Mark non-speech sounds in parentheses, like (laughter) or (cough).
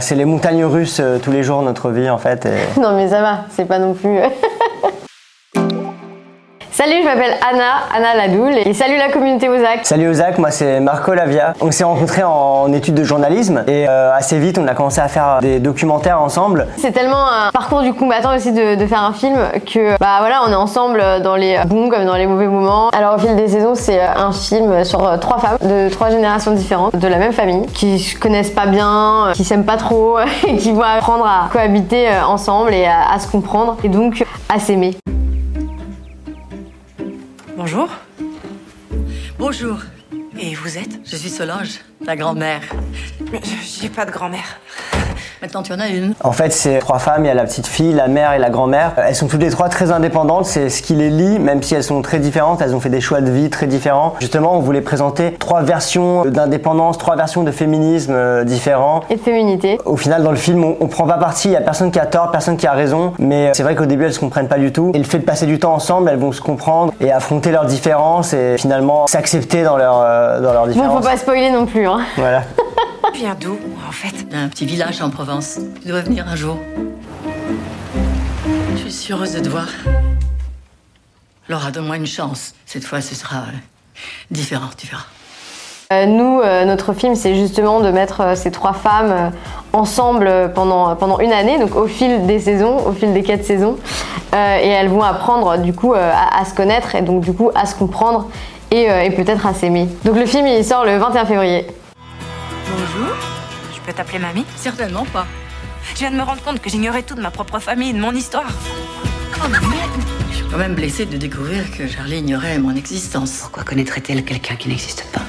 C'est les montagnes russes euh, tous les jours notre vie en fait. et- (laughs) Non mais ça va, c'est pas non plus. euh. (laughs) salut, je m'appelle Anna, Anna Ladoul, et salut la communauté Ozac. Salut Ozak, moi c'est Marco Lavia. On s'est rencontrés en études de journalisme et euh, assez vite on a commencé à faire des documentaires ensemble. C'est tellement un parcours du combattant aussi de, de faire un film que bah voilà on est ensemble dans les bons comme dans les mauvais moments. Alors au fil des saisons c'est un film sur euh, trois femmes de trois générations différentes de la même famille qui se connaissent pas bien, euh, qui s'aiment pas trop, (laughs) et qui vont apprendre à cohabiter euh, ensemble et à, à se comprendre et donc à s'aimer. Bonjour. Bonjour. Et vous êtes Je suis Solange, ta grand-mère. Mais j'ai pas de grand-mère. Maintenant, tu en as une. En fait c'est trois femmes, il y a la petite fille, la mère et la grand-mère. Euh, Elles sont toutes les trois très indépendantes, c'est ce qui les lie même si elles sont très différentes, elles ont fait des choix de vie très différents. Justement on voulait présenter trois versions d'indépendance, trois versions de féminisme euh, différents. Et de féminité. Au final, dans le film, on, on prend pas parti. Il y a personne qui a tort, personne qui a raison. Mais c'est vrai qu'au début, elles se comprennent pas du tout. Et le fait de passer du temps ensemble, elles vont se comprendre et affronter leurs différences et finalement s'accepter dans leurs euh, dans leurs Bon faut différences. pas spoiler non plus hein. Voilà. Tu viens d'où, en fait D'un petit village en Provence. Tu dois venir un jour. Je suis heureuse de te voir. Laura, donne-moi une chance. Cette fois, ce sera euh, différent, tu verras. Euh, nous, euh, notre film, c'est justement de mettre euh, ces trois femmes euh, ensemble euh, pendant, pendant une année, donc au fil des saisons, au fil des quatre saisons. Euh, et elles vont apprendre du coup euh, à, à se connaître et donc du coup à se comprendre et, euh, et peut-être à s'aimer. Donc le film, il sort le 21 février. Bonjour. Je peux t'appeler mamie Certainement pas. Je viens de me rendre compte que j'ignorais tout de ma propre famille, de mon histoire. Oh, merde. Je suis quand même blessée de découvrir que Charlie ignorait mon existence. Pourquoi connaîtrait-elle quelqu'un qui n'existe pas